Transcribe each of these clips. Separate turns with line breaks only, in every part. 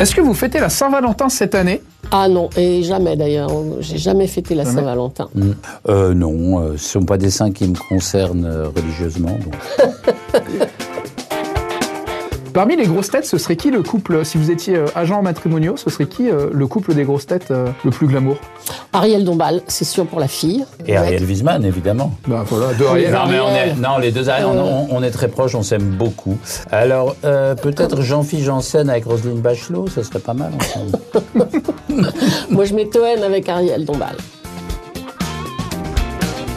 Est-ce que vous fêtez la Saint-Valentin cette année
Ah non, et jamais d'ailleurs. J'ai jamais fêté la
Ah
Saint-Valentin.
Euh, non, euh, ce ne sont pas des saints qui me concernent euh, religieusement. donc.
Parmi les grosses têtes, ce serait qui le couple Si vous étiez euh, agent matrimoniaux, ce serait qui euh, le couple des grosses têtes euh, le plus glamour
Ariel Dombal, c'est sûr pour la fille.
Et Ariel Wiesman, évidemment.
Bah voilà, de
Ariel.
Non, mais on est, non, les deux Ariel,
Euh.
on, on est très proches, on s'aime beaucoup. Alors, euh, peut-être Jean-Philippe Janssen avec Roselyne Bachelot, ce serait pas mal ensemble.
Moi, je mets Toen avec Ariel Dombal.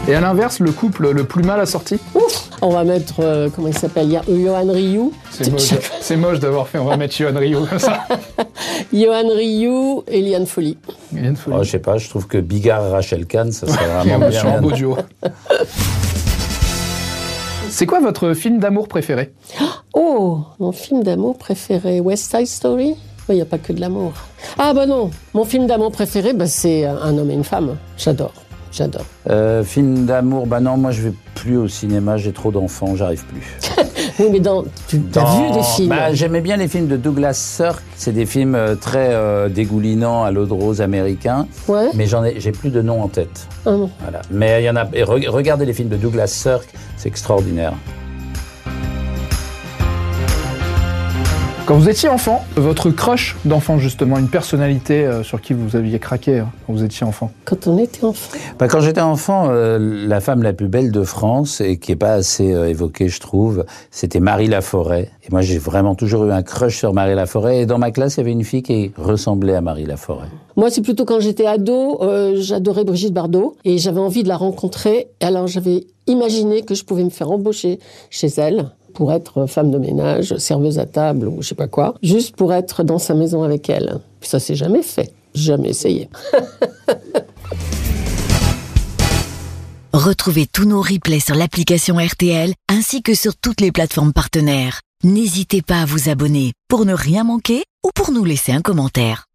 Et à l'inverse, le couple le plus mal assorti
Ouf On va mettre, euh, comment il s'appelle Il y a Johan Ryu.
C'est moche, c'est moche d'avoir fait, on va mettre Yohan Ryu comme ça.
Johan Ryu et Liane Folly.
Il y a une folie.
Oh, je sais pas, je trouve que Bigard et Rachel Kahn, ça serait
Il y a
vraiment
un
bien.
méchant beau duo. C'est quoi votre film d'amour préféré
Oh, mon film d'amour préféré, West Side Story Il n'y a pas que de l'amour. Ah bah non, mon film d'amour préféré, bah, c'est euh, Un homme et une femme. J'adore, j'adore.
Euh, film d'amour, bah non, moi je vais plus au cinéma, j'ai trop d'enfants, j'arrive plus.
Oui, mais dans, tu as vu
Dans-
des films
bah, J'aimais bien les films de Douglas Sirk. C'est des films euh, très euh, dégoulinants à l'eau de rose américain.
Ouais.
Mais j'en ai, j'ai plus de nom en tête.
Ah non.
Voilà. Mais il y en a. et re- regardez les films de Douglas Sirk, c'est extraordinaire.
Quand vous étiez enfant, votre crush d'enfant justement, une personnalité euh, sur qui vous aviez craqué hein, quand vous étiez enfant
Quand on était enfant.
Bah, quand j'étais enfant, euh, la femme la plus belle de France et qui est pas assez euh, évoquée, je trouve, c'était Marie Laforêt. Et moi, j'ai vraiment toujours eu un crush sur Marie Laforêt. Et dans ma classe, il y avait une fille qui ressemblait à Marie Laforêt.
Moi, c'est plutôt quand j'étais ado, euh, j'adorais Brigitte Bardot et j'avais envie de la rencontrer. Et alors, j'avais imaginé que je pouvais me faire embaucher chez elle pour être femme de ménage, serveuse à table ou je sais pas quoi, juste pour être dans sa maison avec elle. Puis ça s'est jamais fait, jamais essayé.
Retrouvez tous nos replays sur l'application RTL ainsi que sur toutes les plateformes partenaires. N'hésitez pas à vous abonner pour ne rien manquer ou pour nous laisser un commentaire.